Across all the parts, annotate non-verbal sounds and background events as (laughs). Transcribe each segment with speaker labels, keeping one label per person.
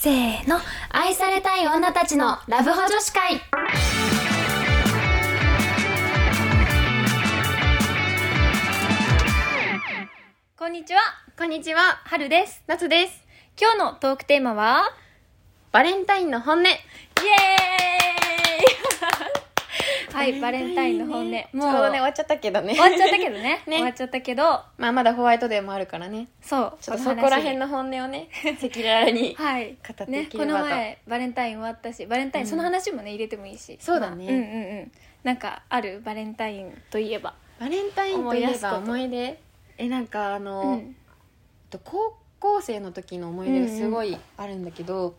Speaker 1: せーの愛されたい女たちのラブホ女子会
Speaker 2: こんにちは。
Speaker 3: こんにちは、はるです。
Speaker 2: 夏です。
Speaker 3: 今日のトークテーマは、
Speaker 2: バレンタインの本音。
Speaker 3: イエーイはい、バレンタインの本音。
Speaker 2: ちょう
Speaker 3: も
Speaker 2: ど
Speaker 3: う、
Speaker 2: ね、終わっちゃったけどね。
Speaker 3: 終わっちゃったけど
Speaker 2: (laughs)
Speaker 3: ね
Speaker 2: ね
Speaker 3: 終わっちゃったけど、
Speaker 2: まあ、まだホワイトデーもあるからね。
Speaker 3: そう、
Speaker 2: ちょっ
Speaker 3: の
Speaker 2: とそ
Speaker 3: 話
Speaker 2: こら辺の本音を (laughs) ね、赤裸々に。
Speaker 3: はい
Speaker 2: 語ってい
Speaker 3: ね、
Speaker 2: け
Speaker 3: こ
Speaker 2: れば
Speaker 3: の
Speaker 2: と
Speaker 3: 前バレンタイン終わったしバレンタイン、
Speaker 2: うん
Speaker 3: その話もね入れてもいいし
Speaker 2: そうだね
Speaker 3: まあうんうんうんなんかあるバレンタインといえば
Speaker 2: バレンタインとい
Speaker 3: 思い
Speaker 2: え
Speaker 3: 出すこ
Speaker 2: ば
Speaker 3: と
Speaker 2: 思い出。え、なんかあの、
Speaker 3: うん
Speaker 2: と高校生の時の思い出がすごいあるんだけど、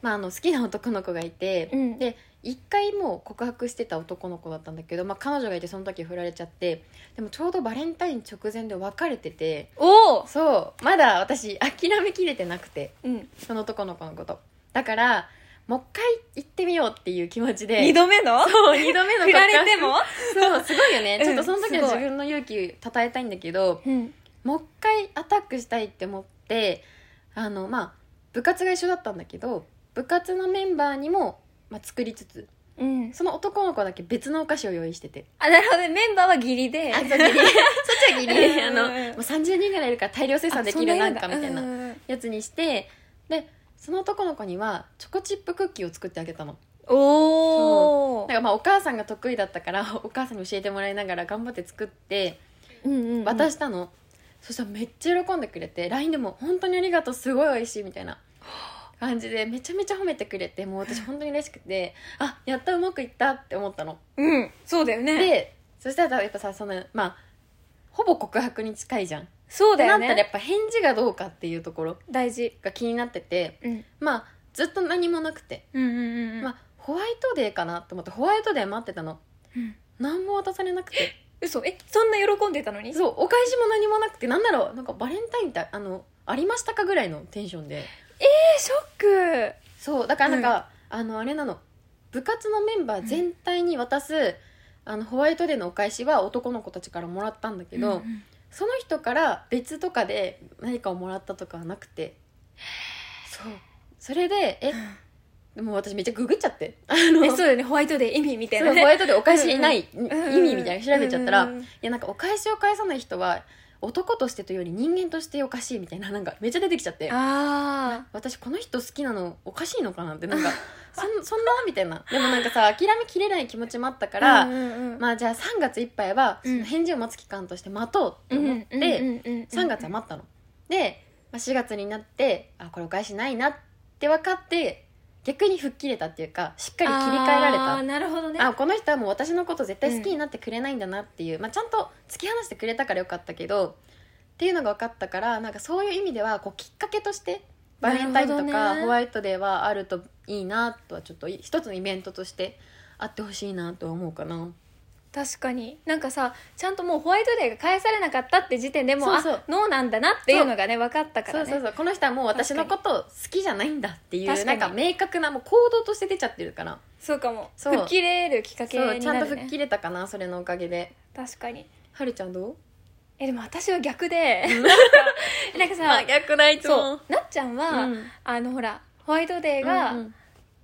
Speaker 2: まあ、あの好きな男の子がいて、
Speaker 3: うん
Speaker 2: で一回もう告白してた男の子だったんだけど、まあ、彼女がいてその時振られちゃってでもちょうどバレンタイン直前で別れてて
Speaker 3: おお
Speaker 2: そうまだ私諦めきれてなくて
Speaker 3: うん
Speaker 2: その男の子のことだからもう一回行ってみようっていう気持ちで
Speaker 3: 二度目の
Speaker 2: そう (laughs) 二度目の
Speaker 3: 振
Speaker 2: 告
Speaker 3: ら
Speaker 2: 白
Speaker 3: れても
Speaker 2: そうすごいよね、
Speaker 3: うん
Speaker 2: ちょっとその時の
Speaker 3: す
Speaker 2: 自
Speaker 3: ごい
Speaker 2: 分の勇気たたえたいんだけど、
Speaker 3: うん
Speaker 2: もう一回アタックしたいって思ってあのまあ部活が一緒だったんだけど部活のメンバーにも、まあ、作りつつ
Speaker 3: うん
Speaker 2: その男の子だけ別のお菓子を用意してて
Speaker 3: あなるほどねメンバーは義理で
Speaker 2: あそうギリそっちはギリ (laughs) あ
Speaker 3: うん
Speaker 2: のもう30人ぐらいいるから大量生産できるなんかみたいなやつにしてでその男の子にはチョコチップクッキーを作ってあげたの
Speaker 3: おお
Speaker 2: なんかまあお母さんが得意だったからお (laughs) 母さんに教えてもらいながら頑張って作って渡したの、そしたらめっちゃ喜んでくれて LINE でも「本当にありがとうすごい美味しい」みたいな感じでめちゃめちゃ褒めてくれてもう私本当に嬉しくてあやったうまくいったって思ったの
Speaker 3: うんそうだよね
Speaker 2: でそしたらやっぱさそのまあほぼ告白に近いじゃん、
Speaker 3: そうだ
Speaker 2: な
Speaker 3: よ
Speaker 2: ったらや
Speaker 3: ね
Speaker 2: っぱ返事がどうかっていうところ
Speaker 3: 大事
Speaker 2: が気になってて
Speaker 3: うん
Speaker 2: まあずっと何もなくて、
Speaker 3: うんうんうん
Speaker 2: まあホワイトデーかなと思ってホワイトデー待ってたの
Speaker 3: うん
Speaker 2: 何も渡されなくて
Speaker 3: 嘘えそんな喜んでたのに
Speaker 2: そうお返しも何もなくてなんだろうなんかバレンタインってあのありましたかぐらいのテンションで
Speaker 3: えショック
Speaker 2: そうだからなんか、あのあれなの部活のメンバー全体に渡す、あのホワイトデーのお返しは男の子たちからもらったんだけど、
Speaker 3: うんうん
Speaker 2: その人から別とかで何かをもらったとかはなくてそうそれでえでも私めっちゃググっちゃってあの
Speaker 3: えそうだよねホワイトデー意味みたい
Speaker 2: そ
Speaker 3: な
Speaker 2: うホワイトデーお返しない、
Speaker 3: うん
Speaker 2: 意味みたいなの調べちゃったら、
Speaker 3: うんうん
Speaker 2: いやなんかお返しを返さない人は男としてというより人間としておかしいみたいななんかめっちゃ出てきちゃって
Speaker 3: あ
Speaker 2: 私この人好きなのおかしいのかなってなんかそんそんなみたいなでもなんかさ諦めきれない気持ちもあった
Speaker 3: あ
Speaker 2: から、
Speaker 3: うんうんうん
Speaker 2: まあじゃあ3月いっぱいは
Speaker 3: うん
Speaker 2: その返事を待つ期間として待とうと思って、3月は待ったので、まあ、4月になってあこれお返しないなって分かって逆に吹っ切れたっていうかしっかり切り替えられた
Speaker 3: あーなるほどね
Speaker 2: あこの人はもう私のこと絶対好きになってくれないんだなっていう、まあ、ちゃんと突き放してくれたからよかったけどっていうのが分かったからなんかそういう意味ではこうきっかけとしてバレンタインと
Speaker 3: なるほど
Speaker 2: か
Speaker 3: ね
Speaker 2: ホワイトデーはあるといいなとはちょっとい一つのイベントとしてあってほしいなとは思うかな
Speaker 3: 確かになんかさちゃんともうホワイトデーが返されなかったって時点でもう
Speaker 2: そうそう
Speaker 3: あノーなんだなっていうのがね分かったか
Speaker 2: そ
Speaker 3: ら
Speaker 2: うそう
Speaker 3: ね
Speaker 2: そうこの人はもう私のこと好きじゃないんだっていう
Speaker 3: 確
Speaker 2: な
Speaker 3: か
Speaker 2: ん
Speaker 3: に
Speaker 2: か明確なもう行動として出ちゃってるから
Speaker 3: そうかも
Speaker 2: そう
Speaker 3: 吹っ切れるきっかけ
Speaker 2: そう
Speaker 3: に
Speaker 2: ちゃん
Speaker 3: なる
Speaker 2: と吹っ
Speaker 3: ね
Speaker 2: 切れたかなそれのおかげで
Speaker 3: 確かに
Speaker 2: はるちゃんどう
Speaker 3: えでも私は逆で (laughs) なんかさ
Speaker 2: 逆ない
Speaker 3: そうなっちゃん
Speaker 2: う
Speaker 3: は
Speaker 2: ん
Speaker 3: あのほらホワイトデー
Speaker 2: が、う
Speaker 3: が
Speaker 2: ん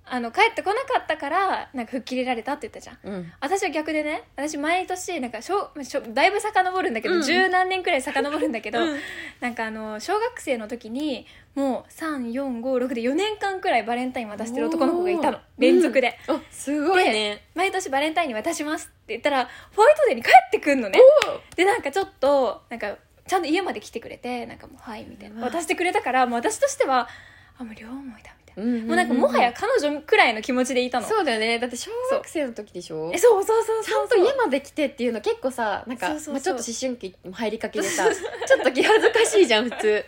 Speaker 3: あの帰ってこなかったからなんか吹っ切れられたって言ったじゃん
Speaker 2: うん、
Speaker 3: 私は逆でね私毎年なんかしょうしょだいぶ遡るんだけど、
Speaker 2: うん
Speaker 3: 十何年くらい遡るんだけど、
Speaker 2: うん
Speaker 3: なんかあの小学生の時にもう3456で4年間くらいバレンタイン渡してる男の子がいたの
Speaker 2: おー
Speaker 3: 連続で、
Speaker 2: あすごいね
Speaker 3: 毎年バレンタインに渡しますって言ったらホワイトデーに帰ってくんのねでなんかちょっとなんかちゃんと家まで来てくれてなんかもう「はい」みたいうな
Speaker 2: わ
Speaker 3: 渡してくれたからもう私としてはあもう両思いだみたいな、
Speaker 2: も
Speaker 3: もうなんかもはや彼女くらいの気持ちでいたの
Speaker 2: そうだよねだって小学生の時でしょ
Speaker 3: えそうそうそう
Speaker 2: ちゃ
Speaker 3: そうん
Speaker 2: と家まで来てっていうの結構さなんか
Speaker 3: そうそうそう
Speaker 2: まあ、ちょっと思春期も入りかけ (laughs) でさちょっと気恥ずかしいじゃん普通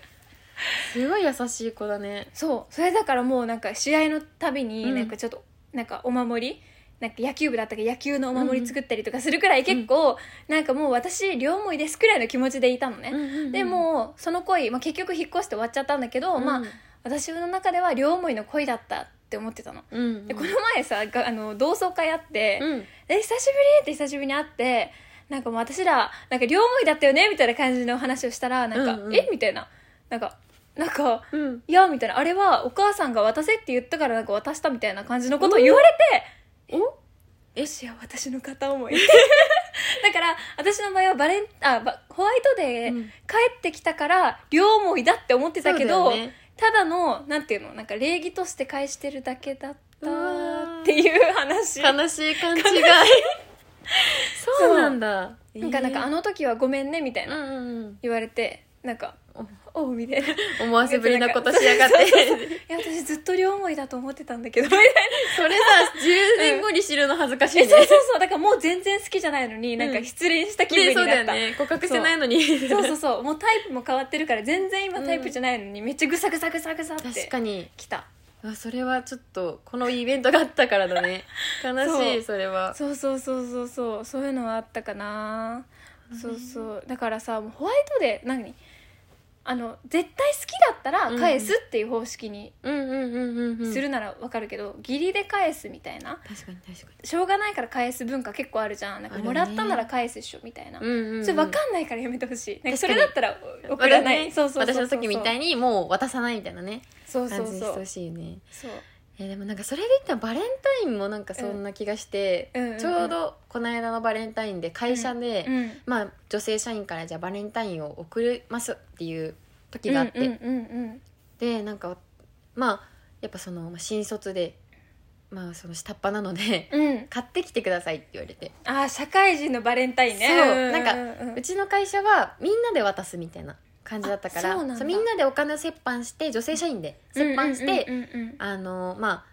Speaker 2: すごい優しい子だね
Speaker 3: そうそれだからもうなんか試合のたび
Speaker 2: う
Speaker 3: に
Speaker 2: ん
Speaker 3: なんかちょっとなんかお守りなんか野球部だったから野球のお守り作ったりとかするくらい結構なんかもう私両思いですくらいの気持ちでいたのね、でもうその恋、まあ、結局引っ越して終わっちゃったんだけど、
Speaker 2: うん
Speaker 3: まあ私の中では両思いの恋だったって思ってたの。
Speaker 2: うんうん
Speaker 3: でこの前さがあの同窓会あって、
Speaker 2: うん
Speaker 3: え久しぶりって久しぶりに会ってなんかもう私らなんか両思いだったよねみたいな感じの話をしたらなんか、
Speaker 2: うんうん
Speaker 3: えみたいななんかなんか
Speaker 2: うん
Speaker 3: いやみたいなあれはお母さんが渡せって言ったからなんか渡したみたいな感じのことを言われて
Speaker 2: お
Speaker 3: よしや私の片思い (laughs) だから私の場合はバレンあばホワイトデー
Speaker 2: うん
Speaker 3: 帰ってきたから両思いだって思ってたけ
Speaker 2: そ
Speaker 3: ど、
Speaker 2: うだよね
Speaker 3: ただのなんていうのなんか礼儀として返してるだけだった
Speaker 2: うわー
Speaker 3: っていう話
Speaker 2: 悲しい感じがそうなんだ
Speaker 3: なんかなんかあ
Speaker 2: の
Speaker 3: の時はごめんねみたい
Speaker 2: うん
Speaker 3: な
Speaker 2: うんうん
Speaker 3: 言われてなんか
Speaker 2: お
Speaker 3: おうみたいない
Speaker 2: 思わせぶりなことしやがって
Speaker 3: や私ずっと両思いだと思ってたんだけどみたいな
Speaker 2: それさ10年後に知るの恥ずかしいね
Speaker 3: そうそうそうだからもう全然好きじゃないのに、なんか失恋した気分
Speaker 2: ね
Speaker 3: に
Speaker 2: そうだ
Speaker 3: なっ
Speaker 2: よ
Speaker 3: た、
Speaker 2: ね告白してないのに
Speaker 3: そう
Speaker 2: (laughs)
Speaker 3: そうそうもうタイプも変わってるから全然今タイプじゃないのに、めっちゃグサグサグサグサっ
Speaker 2: 確
Speaker 3: て
Speaker 2: かに
Speaker 3: きた
Speaker 2: あそれはちょっとこのイベントがあったからだね悲し
Speaker 3: そ
Speaker 2: いうそれは
Speaker 3: そうそうそうそうそうそういうのはあったかなそうそうだからさもうホワイトデー何あの絶対好きだったら返すっていう方式に
Speaker 2: うんうんうんうんうん
Speaker 3: するならわかるけど、義理で返すみたいな
Speaker 2: 確かに確か
Speaker 3: しょうがないから返す文化結構あるじゃんなんか
Speaker 2: あるね
Speaker 3: もらったなら返すでしょみたいな、
Speaker 2: にうんうん
Speaker 3: それ分
Speaker 2: ん
Speaker 3: かんないからやめてほしいなんかそ
Speaker 2: 確かに
Speaker 3: れだったら送らない、
Speaker 2: ね
Speaker 3: そうそうそう
Speaker 2: 私の時みたい
Speaker 3: に
Speaker 2: にもう渡さないみたいなね
Speaker 3: そうそ
Speaker 2: 感
Speaker 3: う
Speaker 2: じに
Speaker 3: そ
Speaker 2: してほ
Speaker 3: う
Speaker 2: しいよね
Speaker 3: そう
Speaker 2: えでもなんかそれで言ったらバレンタインもなんかそんな気がして、
Speaker 3: うんうんうん
Speaker 2: ちょうどこの間のバレンタインで会社で、
Speaker 3: うん
Speaker 2: まあ、女性社員からじゃあバレンタインを送りますっていう時があって、
Speaker 3: うんうんうん
Speaker 2: でなんかまあやっぱそのまあ新卒で、まあ、その下っ端なので (laughs)
Speaker 3: うん、うん、
Speaker 2: 買ってきてくださいって言われて、
Speaker 3: あー社会人のバレンタインね
Speaker 2: そう
Speaker 3: う
Speaker 2: なん
Speaker 3: う
Speaker 2: かうちの会社はみんなで渡すみたいな感じだったから
Speaker 3: あそうなんだ
Speaker 2: みんなでお金を折半して女性社員で折半して、
Speaker 3: うんうんうんうん
Speaker 2: あのまあ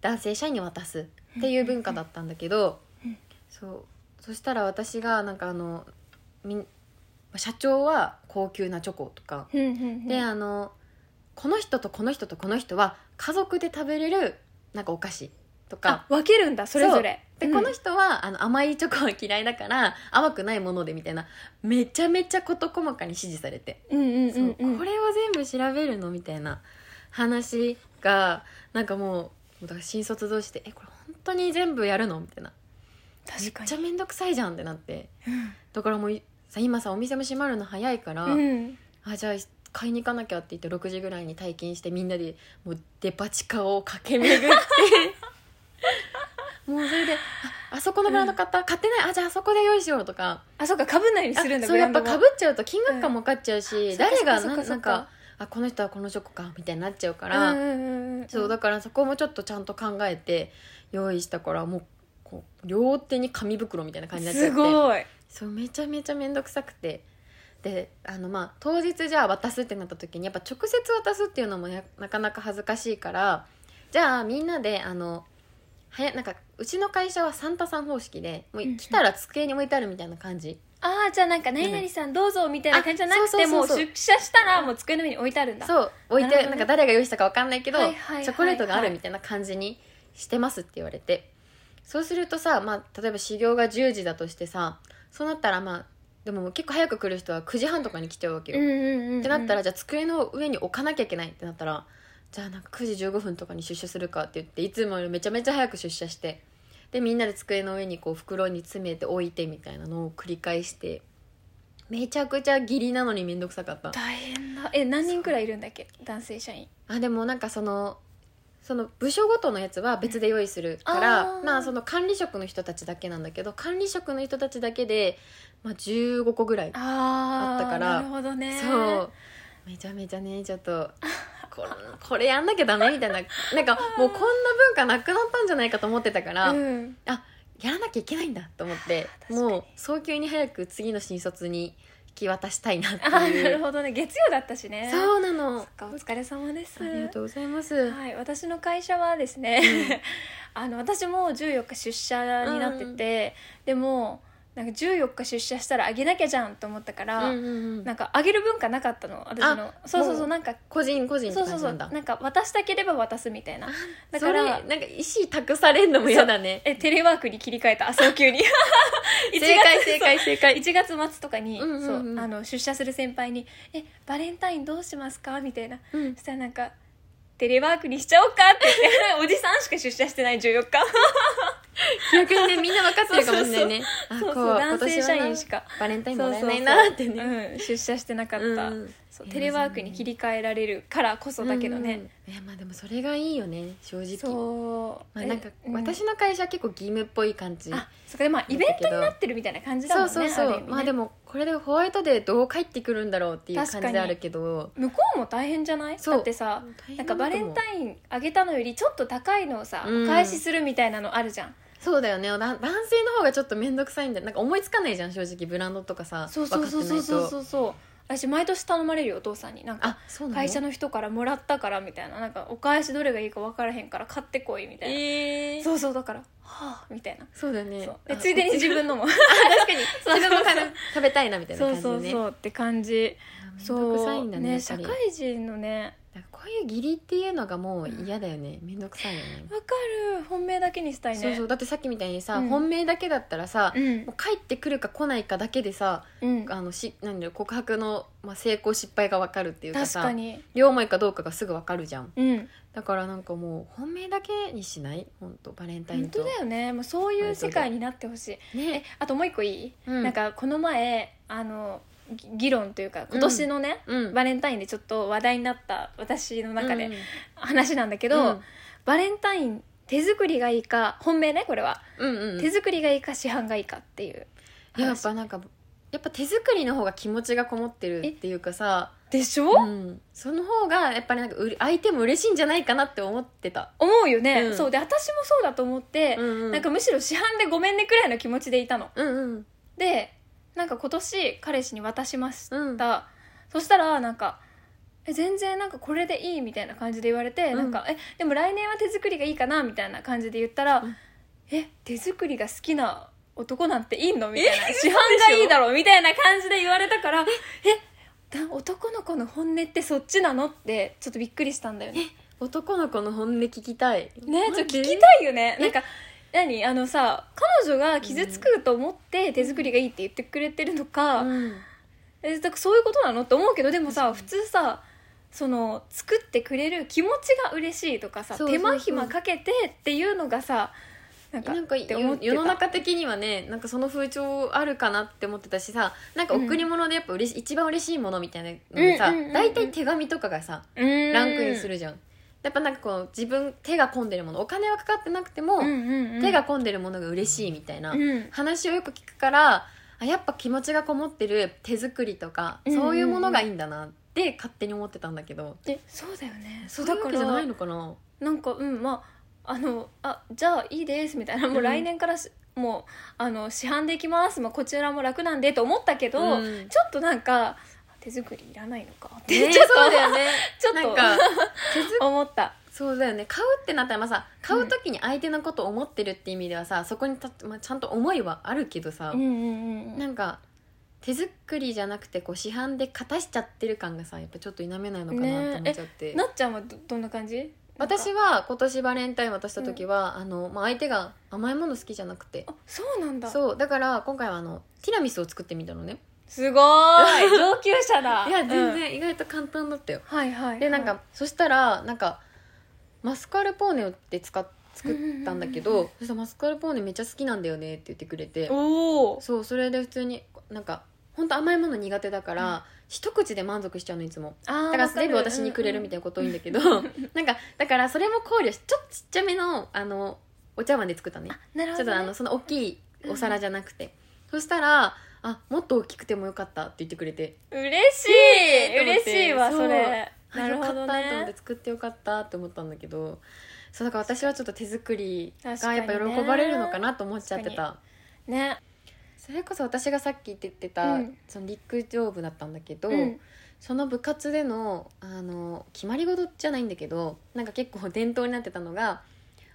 Speaker 2: 男性社員に渡すっていう文化だったんだけど、
Speaker 3: うん
Speaker 2: そうそしたら私がなんかあのみん社長は高級なチョコとか、
Speaker 3: うんうんうん
Speaker 2: であのこの人とこの人とこの人は家族で食べれるなんかお菓子と
Speaker 3: あ
Speaker 2: か。
Speaker 3: 分けるんだそれぞれ
Speaker 2: で
Speaker 3: うん
Speaker 2: この人はあの甘いチョコは嫌いだから甘くないものでみたいなめちゃめちゃ事細かに指示されて
Speaker 3: うんうん
Speaker 2: そううん
Speaker 3: うん
Speaker 2: これを全部調べるのみたいな話がなんかもうもうだから新卒同士で「えこれ本当に全部やるの?」みたいなめ
Speaker 3: 確
Speaker 2: っ
Speaker 3: か
Speaker 2: ちゃ
Speaker 3: に
Speaker 2: 面倒くさいじゃんってなって
Speaker 3: うん
Speaker 2: だからもうさ今さお店も閉まるの早いから、
Speaker 3: うん
Speaker 2: あじゃあ買いに行かなきゃって言って6時ぐらいに退勤してみんなでもうデパ地下を駆け巡
Speaker 3: (laughs)
Speaker 2: ってもうそれで「ああそこのブランド買った、買ってないあじゃああそこで用意しよう」とか。
Speaker 3: あそうかかぶんないようにするんだ
Speaker 2: そうやっぱかぶ
Speaker 3: っ
Speaker 2: っちゃうと金額感も分かっちゃうし、
Speaker 3: うん
Speaker 2: 誰が
Speaker 3: そっ
Speaker 2: な
Speaker 3: かそっかそっか
Speaker 2: なんかあこの人はこのチョコかみたいになっちゃうか
Speaker 3: た
Speaker 2: ら、
Speaker 3: うんうんうん
Speaker 2: そうだからそこもちょっとちゃんと考えて用意したからもうこう両手に紙袋みたいな感じになっちゃ
Speaker 3: す
Speaker 2: って
Speaker 3: ごい
Speaker 2: そうめちゃめちゃ面倒くさくてであのまあ当日じゃあ渡すってなった時にやっぱ直接渡すっていうのもやなかなか恥ずかしいからじゃあみんなであのはやなんかうちの会社はサンタさん方式でもう来たら机に置いてあるみたいな感じ。
Speaker 3: ああじゃあなんか何々さんどうぞみたいな感じじゃなくて
Speaker 2: あそう
Speaker 3: も
Speaker 2: そう
Speaker 3: う
Speaker 2: そうそう
Speaker 3: 出社したらもう机の上に置いてあるんだ
Speaker 2: そう置い
Speaker 3: なる
Speaker 2: て
Speaker 3: ほどね
Speaker 2: なんか誰が用意したかわかんないけど、
Speaker 3: はいはいはいはい
Speaker 2: チョコレートがあるみたいな感じにしてますって言われてそうするとさ、まあ、例えば始業が10時だとしてさそうなったらまあでも結構早く来る人は9時半とかに来ちゃうわけよ、
Speaker 3: うん
Speaker 2: っ
Speaker 3: うんうんうん
Speaker 2: てなったらじゃあ机の上に置かなきゃいけないってなったらじゃあなんか9時15分とかに出社するかって言っていつもよりめちゃめちゃ早く出社してでみんなで机の上にこう袋に詰めて置いてみたいなのを繰り返してめちゃくちゃ義理なのに面倒くさかった
Speaker 3: 大変だえ何人くらいいるんだっけ男性社員
Speaker 2: あでもなんかそのその部署ごとのやつは別で用意するから、
Speaker 3: あー
Speaker 2: まあその管理職の人たちだけなんだけど管理職の人たちだけで、まあ、15個ぐらい、
Speaker 3: あ
Speaker 2: あったから
Speaker 3: なるほどね
Speaker 2: そうめちゃめちゃねちょっとここれやんなきゃダメみたいななんかもうこんな文化なくなったんじゃないかと思ってたから、
Speaker 3: うん
Speaker 2: やらなきゃいけないんだと思って
Speaker 3: 確かに
Speaker 2: もう早急に早く次の新卒に引き渡したいなって
Speaker 3: あーな
Speaker 2: いう
Speaker 3: るほどね月曜だったしね
Speaker 2: そうなの
Speaker 3: そっかお疲れ様です
Speaker 2: ありがとうございます、
Speaker 3: はい、私の会社はですね、 (laughs) あの私も14日出社になってて、でもなんか14日出社したらあげなきゃじゃんと思ったから、
Speaker 2: うんうんうん
Speaker 3: なんかあげる文化なかったの私のそうそう
Speaker 2: も
Speaker 3: そううなんか
Speaker 2: 個人個人って
Speaker 3: そう
Speaker 2: 感
Speaker 3: そうそ
Speaker 2: じな
Speaker 3: うん
Speaker 2: だ
Speaker 3: なんか渡したければ渡すみたいなだか
Speaker 2: そ
Speaker 3: ら
Speaker 2: れなんか石託されんのも嫌だね
Speaker 3: えテレワークに切り替えたあ早
Speaker 2: (laughs)
Speaker 3: 急に (laughs) 一
Speaker 2: 正解正解正解
Speaker 3: 1月末とかに、
Speaker 2: うんうんうん
Speaker 3: そうあの出社する先輩に「えバレンタインどうしますか?」みたいな
Speaker 2: うん
Speaker 3: そしたらなんか「テレワークにしちゃおうか」って言 (laughs) っておじさんしか出社してない14日
Speaker 2: 逆にねみんな分かってるかもしれないね
Speaker 3: そうそう
Speaker 2: あこ
Speaker 3: 男性社員しか
Speaker 2: 今年はなバレンタイン
Speaker 3: そ
Speaker 2: も
Speaker 3: う
Speaker 2: ら
Speaker 3: そ
Speaker 2: え
Speaker 3: う
Speaker 2: ないなってね
Speaker 3: うん、出社してなかった、
Speaker 2: うん
Speaker 3: そそうテレワークに切り替えられるからこそだけどね、
Speaker 2: うんうんいやまあでもそれがいいよね正直
Speaker 3: そう、
Speaker 2: まあ、なんか
Speaker 3: うん
Speaker 2: 私の会社は結構義務っぽい感じ、
Speaker 3: あそこでまあイベントになってるみたいな感じだもん
Speaker 2: そう
Speaker 3: ね
Speaker 2: そう
Speaker 3: あ
Speaker 2: そ
Speaker 3: る
Speaker 2: う、
Speaker 3: 意味ね
Speaker 2: まあでもこれでホワイトデーどう帰ってくるんだろうっていう感じであるけど
Speaker 3: 向こうも大変じゃない
Speaker 2: そう
Speaker 3: だってさなんかバレンタ
Speaker 2: イン
Speaker 3: インあげたのよりちょっと高いのをさ、
Speaker 2: うん
Speaker 3: お返しするみたいなのあるじゃん
Speaker 2: そうだよねだ男性の方がちょっと面倒くさいんだよなんか思いつかないじゃん正直ブランドとかさ
Speaker 3: そうそうそうそうそうそううそう私毎年頼まれるよお父さんになんか
Speaker 2: あそうなの
Speaker 3: 会社
Speaker 2: の
Speaker 3: の人からもらったからみたいななんかお返しどれがいいか分からへんから買ってこいみたいな、
Speaker 2: えー、そう
Speaker 3: そうそうだからはあみたいな
Speaker 2: そうだよね
Speaker 3: そう
Speaker 2: あ
Speaker 3: でついでに自分のも
Speaker 2: 確 (laughs) かに
Speaker 3: そう
Speaker 2: 自分もから食べたいなみたいな
Speaker 3: そう
Speaker 2: 感じ
Speaker 3: そ
Speaker 2: で
Speaker 3: う
Speaker 2: ね
Speaker 3: そうって感じ
Speaker 2: 面倒くさい
Speaker 3: そうん
Speaker 2: だねやっぱ
Speaker 3: 社
Speaker 2: り
Speaker 3: 会人のね
Speaker 2: なんかこういう義理っていうのがもう嫌だよね面倒くさいよね
Speaker 3: わかる本命だけにしたいね
Speaker 2: そうそうだってさっきみたいにさ、
Speaker 3: うん
Speaker 2: 本命だけだったらさ、
Speaker 3: うん
Speaker 2: もう帰ってくるか来ないかだけでさ
Speaker 3: うん
Speaker 2: あのし何だろう告白の、まあ、成功失敗が分かるっていうか
Speaker 3: 確
Speaker 2: さ
Speaker 3: かに
Speaker 2: 両思いかどうかがすぐ分かるじゃん
Speaker 3: うん
Speaker 2: だからなんかもう本命だけにしない本当バレンタイ
Speaker 3: 本
Speaker 2: ンと
Speaker 3: 当だよねもうそういう世界になってほしいえ
Speaker 2: ね
Speaker 3: あともう一個いい、
Speaker 2: うん
Speaker 3: なんかこの前あのぎ議論というか今年のね、
Speaker 2: うん
Speaker 3: バレンタインでちょっと話題になった私の中
Speaker 2: うん
Speaker 3: で話なんだけど、
Speaker 2: うん
Speaker 3: バレンタイン手作りがいいか本命ねこれは、
Speaker 2: うんうんうん
Speaker 3: 手作りがいいか市販がいいかっていう
Speaker 2: いやや
Speaker 3: 話
Speaker 2: っぱなんかやっぱ手作りの方が気持ちがこもってるっていうかさ、
Speaker 3: でしょ、
Speaker 2: うん、その方がやっぱりなんかうれ相手も嬉しいんじゃないかなって思ってた、
Speaker 3: 思うよね、
Speaker 2: うん
Speaker 3: そうで私もそうだと思って、
Speaker 2: うん
Speaker 3: なんかむしろ市販でごめんねくらいの気持ちでいたの
Speaker 2: うんうん
Speaker 3: でなんか今年彼氏に渡しました、
Speaker 2: うん
Speaker 3: そしたらなんか「え全然なんかこれでいい」みたいな感じで言われて、
Speaker 2: うん
Speaker 3: なんか「えでも来年は手作りがいいかな」みたいな感じで言ったら「
Speaker 2: ん
Speaker 3: え手作りが好きな男なんていいの?」みたいな「市販がいいだろ」みたいな感じで言われたから「えな男の子の本音ってそっちなの?」ってちょっとびっくりしたんだよね。
Speaker 2: 男の子の本音聞きたい
Speaker 3: ねちょっと聞き
Speaker 2: い
Speaker 3: たいよね
Speaker 2: え
Speaker 3: なんか何あのさ彼女が傷つくと思って手作りがいいって言ってくれてるのか、えだからそういうことなのって思うけどでもさ普通さその作ってくれる気持ちが嬉しいとかさ
Speaker 2: そうそうそう
Speaker 3: 手間暇かけてっていうのがさなんか
Speaker 2: なんか
Speaker 3: って思っ
Speaker 2: よ
Speaker 3: てた
Speaker 2: 世の中的にはねなんかその風潮あるかなって思ってたしさなんか贈り物でやっぱ嬉し、一番嬉しいものみたいなのでさ
Speaker 3: うんうんうんうん
Speaker 2: 大体、手紙とかがさランクインするじゃん、やっぱなんかこう自分手が込んでるものお金はかかってなくても、
Speaker 3: うんうんうん
Speaker 2: 手が込んでるものが嬉しいみたいな、
Speaker 3: うん
Speaker 2: 話をよく聞くからあやっぱ気持ちがこもってる手作りとか、
Speaker 3: うんうんうん
Speaker 2: そういうものがいいんだなって勝手に思ってたんだけど
Speaker 3: でそうだよね
Speaker 2: そういうわけじゃないのかな
Speaker 3: なんかうんまああのあじゃあいいですみたいなも
Speaker 2: う
Speaker 3: うん来年からし、もうあの市販で行きます、まあ、こちらも楽なんでと思ったけど、
Speaker 2: うん
Speaker 3: ちょっとなんか手作りいらないのかって、(laughs)
Speaker 2: ね
Speaker 3: ちょっと
Speaker 2: そうだよね
Speaker 3: ちょっ
Speaker 2: な
Speaker 3: と
Speaker 2: んか
Speaker 3: (laughs) 思った
Speaker 2: そうだよね買うってなったらまあさ買う時に相手のことを思ってるって意味ではさ、そこにた、まあ、ちゃんと思いはあるけどさ、
Speaker 3: うんうんうん
Speaker 2: なんか手作りじゃなくてこう市販で勝たしちゃってる感がさやっぱちょっと否めないのかなって思っちゃって、
Speaker 3: なっちゃんはどどんな感じ
Speaker 2: 私
Speaker 3: は
Speaker 2: は今年バレンタイン渡した時は、あのまあ、相手が甘いもの好きじゃなくて
Speaker 3: あそうなんだ
Speaker 2: そうだから今回はあのティラミスを作ってみたのね (laughs)
Speaker 3: すごーい上級者だ
Speaker 2: いや全
Speaker 3: うん
Speaker 2: 然意外と簡単だったよ、
Speaker 3: はいはい
Speaker 2: でなんか、そしたらなんかマスカルポーネをって使っ作ったんだけ
Speaker 3: うんうん
Speaker 2: どそしたらマスカルポーネめっちゃ好きなんだよねって言ってくれて
Speaker 3: おお
Speaker 2: そうそれで普通になんか本当甘いもの苦手だから、
Speaker 3: う
Speaker 2: 一口で満足しちゃうのいつも
Speaker 3: だ
Speaker 2: だから全部私にくれるみたいなこと多いんだけど、 (laughs) なんかだからそれも考慮しちょっとちっちゃめのあのお茶碗で作ったのね
Speaker 3: なる
Speaker 2: ち
Speaker 3: ほ
Speaker 2: ょ
Speaker 3: ど
Speaker 2: っとあのその大きいお皿じゃなくて、そしたらあもっと大きくてもよかったって言ってくれて
Speaker 3: 嬉しい、
Speaker 2: ーと思っ
Speaker 3: 嬉
Speaker 2: て
Speaker 3: しいわ
Speaker 2: そう
Speaker 3: それ
Speaker 2: あ
Speaker 3: なるほど
Speaker 2: よかったと思っ
Speaker 3: ね
Speaker 2: て作ってよかったって思ったんだけどそうだから私はちょっと手作りが
Speaker 3: 確かに
Speaker 2: やっ
Speaker 3: ね
Speaker 2: ぱ喜ばれるのかなと思っちゃって
Speaker 3: 確
Speaker 2: た
Speaker 3: ね
Speaker 2: それこそ私がさっき言ってた、
Speaker 3: うん
Speaker 2: その陸上部だったんだけど、
Speaker 3: うん
Speaker 2: その部活でのあの決まり事じゃないんだけどなんか結構伝統になってたのが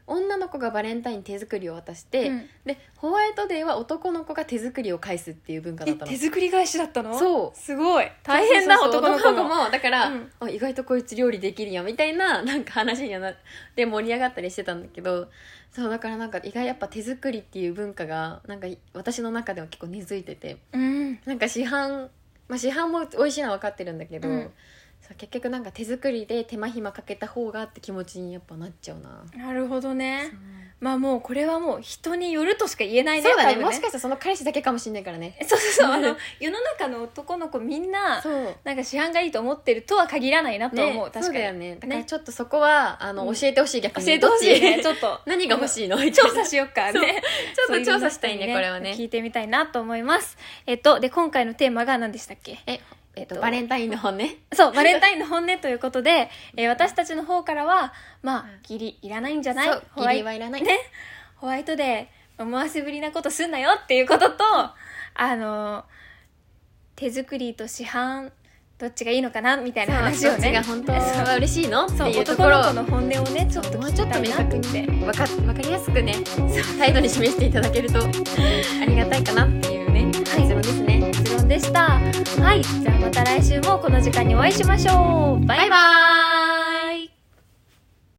Speaker 2: 女の子がバレンタイン手作りを渡して、
Speaker 3: うん
Speaker 2: でホワイトデーは男の子が手作りを返すっていう文化だ
Speaker 3: え
Speaker 2: ったの
Speaker 3: 手。作り返しだったの
Speaker 2: そう
Speaker 3: すごい大変な
Speaker 2: そうそう
Speaker 3: 男の子
Speaker 2: 男
Speaker 3: も
Speaker 2: の子もだから、
Speaker 3: うん
Speaker 2: あ意外とこいつ料理できるやんみたいななんか話にはなで盛り上がったりしてたんだけどそうだからなんか意外やっぱ手作りっていう文化がなんかい私の中では結構根付いてて
Speaker 3: うん
Speaker 2: なんか市販、まあ、市販も美味しいのは分かってるんだけど、
Speaker 3: うん
Speaker 2: そう結局なんか手作りで手間暇かけた方がって気持ちにやっぱなっちゃうな
Speaker 3: なるほどねまあもうこれはもう人によるとしか言えないね
Speaker 2: そうだね
Speaker 3: 多分
Speaker 2: もしかしたらその彼氏だけかもしれないからね
Speaker 3: そうそうそうあの世の中の男の子みんな
Speaker 2: そう
Speaker 3: なんか市販がいいと思ってるとは限らないなとは思う、
Speaker 2: ね
Speaker 3: 確
Speaker 2: そう
Speaker 3: か
Speaker 2: だよ
Speaker 3: に、
Speaker 2: ねだからちょっとそこはあの、
Speaker 3: うん
Speaker 2: 教えてほしい逆に
Speaker 3: 教えてほしいね
Speaker 2: どっち
Speaker 3: ちょっと
Speaker 2: 何が欲しいの
Speaker 3: 調査しよっか
Speaker 2: そう
Speaker 3: ね
Speaker 2: ちょっと調査したい
Speaker 3: そ
Speaker 2: ね
Speaker 3: うう
Speaker 2: これはね
Speaker 3: 聞いてみたいなと思いますえっとで今回のテーマが何でしたっけ
Speaker 2: ええっとバレンタインの本ね
Speaker 3: そうバレンタインの本音ということ
Speaker 2: (laughs)
Speaker 3: で、えー私たちの方からはまあ
Speaker 2: うん
Speaker 3: ギリいらないんじゃない
Speaker 2: そう
Speaker 3: ホ
Speaker 2: 義
Speaker 3: ワイ
Speaker 2: 理はいらない、
Speaker 3: ね、ホワイトデー思わせぶりなことすんなよっていう
Speaker 2: (laughs)
Speaker 3: こととあの手作りと市販どっちがいいのかなみたいな話
Speaker 2: そう
Speaker 3: を
Speaker 2: どっち
Speaker 3: ね
Speaker 2: が本当は嬉しいのって
Speaker 3: そう
Speaker 2: いうと
Speaker 3: 男
Speaker 2: こ
Speaker 3: の
Speaker 2: ろ
Speaker 3: 子の本音をねちょっと
Speaker 2: も
Speaker 3: 聞
Speaker 2: う
Speaker 3: き
Speaker 2: ちょっと
Speaker 3: たい
Speaker 2: 明
Speaker 3: な
Speaker 2: 確に分か分かりやすくね態度に示していただけると (laughs) ありがたいかなっていうね
Speaker 3: い
Speaker 2: 結論ですね
Speaker 3: 結論でしたはいじゃあまた来週もこの時間にお会いしましょうバイバーイ